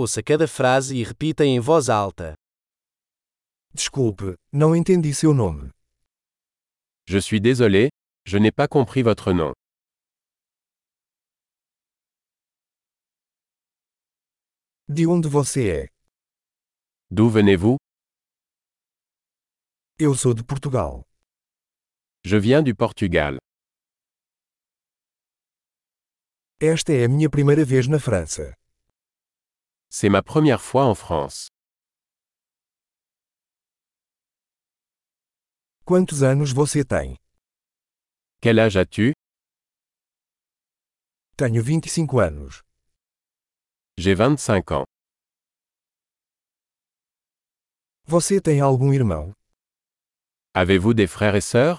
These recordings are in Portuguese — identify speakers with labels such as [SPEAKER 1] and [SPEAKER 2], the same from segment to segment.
[SPEAKER 1] Ouça cada frase e repita em voz alta.
[SPEAKER 2] Desculpe, não entendi seu nome.
[SPEAKER 3] Je suis désolé, je n'ai pas compris votre nom.
[SPEAKER 2] De onde você é?
[SPEAKER 3] D'où venez-vous
[SPEAKER 2] Eu sou de Portugal.
[SPEAKER 3] Je viens du Portugal.
[SPEAKER 2] Esta é a minha primeira vez na França.
[SPEAKER 3] C'est ma première fois en France.
[SPEAKER 2] Quantos anos você tem?
[SPEAKER 3] Quel âge as-tu
[SPEAKER 2] Tenho 25 anos.
[SPEAKER 3] J'ai 25 ans.
[SPEAKER 2] Você tem algum irmão?
[SPEAKER 3] Avez-vous des frères et sœurs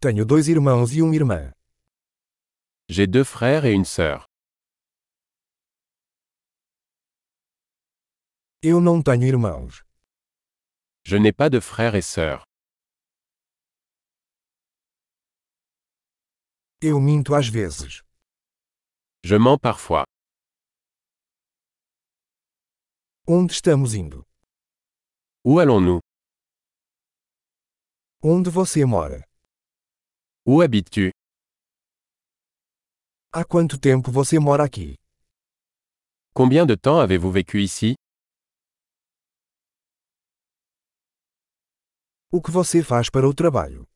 [SPEAKER 2] Tenho dois irmãos e uma irmã.
[SPEAKER 3] J'ai deux frères et une sœur.
[SPEAKER 2] Eu não tenho irmãos.
[SPEAKER 3] Je n'ai pas de frères et sœurs.
[SPEAKER 2] Eu minto às vezes.
[SPEAKER 3] Je mens parfois.
[SPEAKER 2] Onde estamos indo?
[SPEAKER 3] Où allons-nous
[SPEAKER 2] Onde você mora?
[SPEAKER 3] Où habites-tu
[SPEAKER 2] Há quanto tempo você mora aqui?
[SPEAKER 3] Combien de temps avez-vous vécu ici
[SPEAKER 2] O que você faz para o trabalho?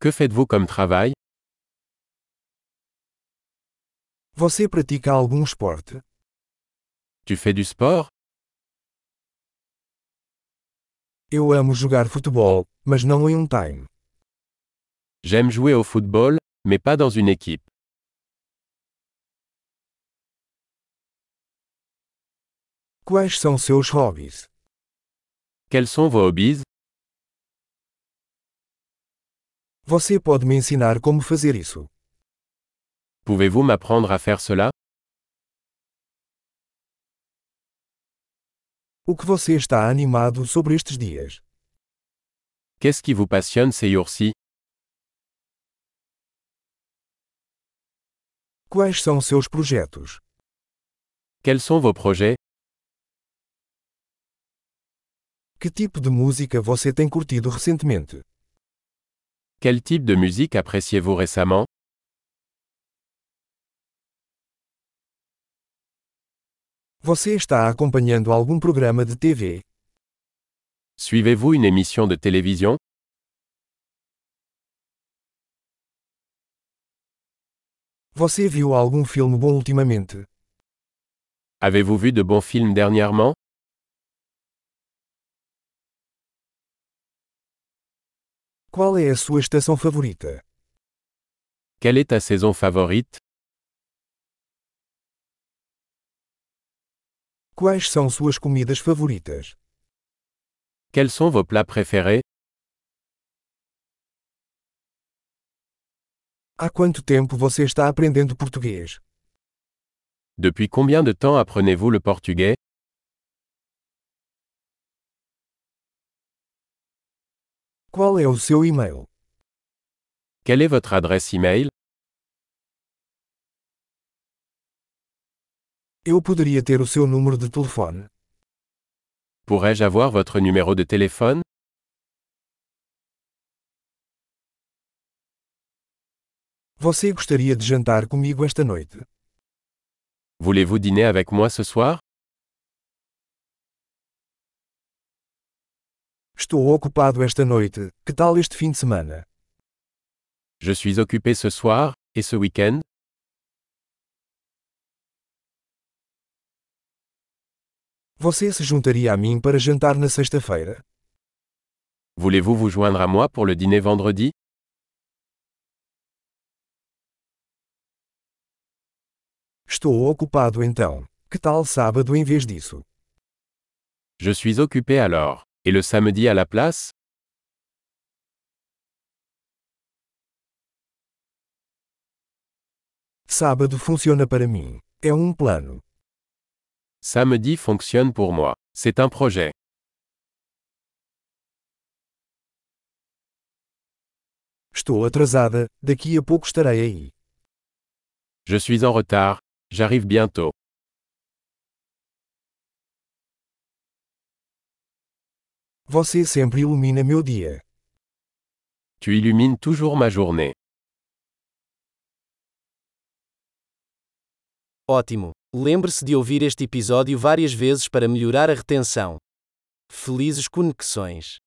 [SPEAKER 3] Que faites-vous comme travail
[SPEAKER 2] Você pratica algum esporte?
[SPEAKER 3] Tu fais du sport
[SPEAKER 2] Eu amo jogar futebol, mas não em um time.
[SPEAKER 3] J'aime jouer au football, mais pas dans une équipe.
[SPEAKER 2] Quais são seus hobbies?
[SPEAKER 3] Quels sont vos hobbies
[SPEAKER 2] Você pode me ensinar como fazer isso?
[SPEAKER 3] Pouvez-vous m'apprendre à faire cela
[SPEAKER 2] O que você está animado sobre estes dias?
[SPEAKER 3] Qu'est-ce qui vous passionne ces jours-ci
[SPEAKER 2] Quais são seus projetos?
[SPEAKER 3] Quels sont vos projets
[SPEAKER 2] Que tipo de música você tem curtido recentemente?
[SPEAKER 3] Quel type de musique appréciez-vous récemment
[SPEAKER 2] Você está acompanhando algum programa de TV?
[SPEAKER 3] Suivez-vous une émission de télévision
[SPEAKER 2] Você viu algum filme bom ultimamente?
[SPEAKER 3] Avez-vous vu de bons films dernièrement
[SPEAKER 2] Qual é a sua estação favorita?
[SPEAKER 3] Quelle est ta saison favorite
[SPEAKER 2] Quais são suas comidas favoritas?
[SPEAKER 3] Quels sont vos plats préférés
[SPEAKER 2] Há quanto tempo você está aprendendo português?
[SPEAKER 3] Depuis combien de temps apprenez-vous le portugais
[SPEAKER 2] Qual é o seu e-mail?
[SPEAKER 3] Quelle est votre adresse e-mail
[SPEAKER 2] Eu poderia ter o seu número de telefone?
[SPEAKER 3] Pourrais-je avoir votre numéro de téléphone
[SPEAKER 2] Você gostaria de jantar comigo esta noite?
[SPEAKER 3] Voulez-vous dîner avec moi ce soir
[SPEAKER 2] Estou ocupado esta noite, que tal este fim de semana?
[SPEAKER 3] Je suis occupé ce soir, et ce week-end
[SPEAKER 2] Você se juntaria a mim para jantar na sexta-feira?
[SPEAKER 3] Voulez-vous vous joindre à moi pour le dîner vendredi
[SPEAKER 2] Estou ocupado então. Que tal sábado em vez disso?
[SPEAKER 3] Je suis occupé alors. Et le samedi à la place
[SPEAKER 2] Sábado funciona para mim. É um plano.
[SPEAKER 3] Samedi fonctionne pour moi. C'est un projet.
[SPEAKER 2] Estou atrasada, daqui a pouco estarei aí.
[SPEAKER 3] Je suis en retard, j'arrive bientôt.
[SPEAKER 4] Você sempre ilumina meu dia.
[SPEAKER 3] Tu illumines toujours ma journée.
[SPEAKER 2] Ótimo! Lembre-se de ouvir este episódio várias vezes para melhorar a retenção. Felizes conexões!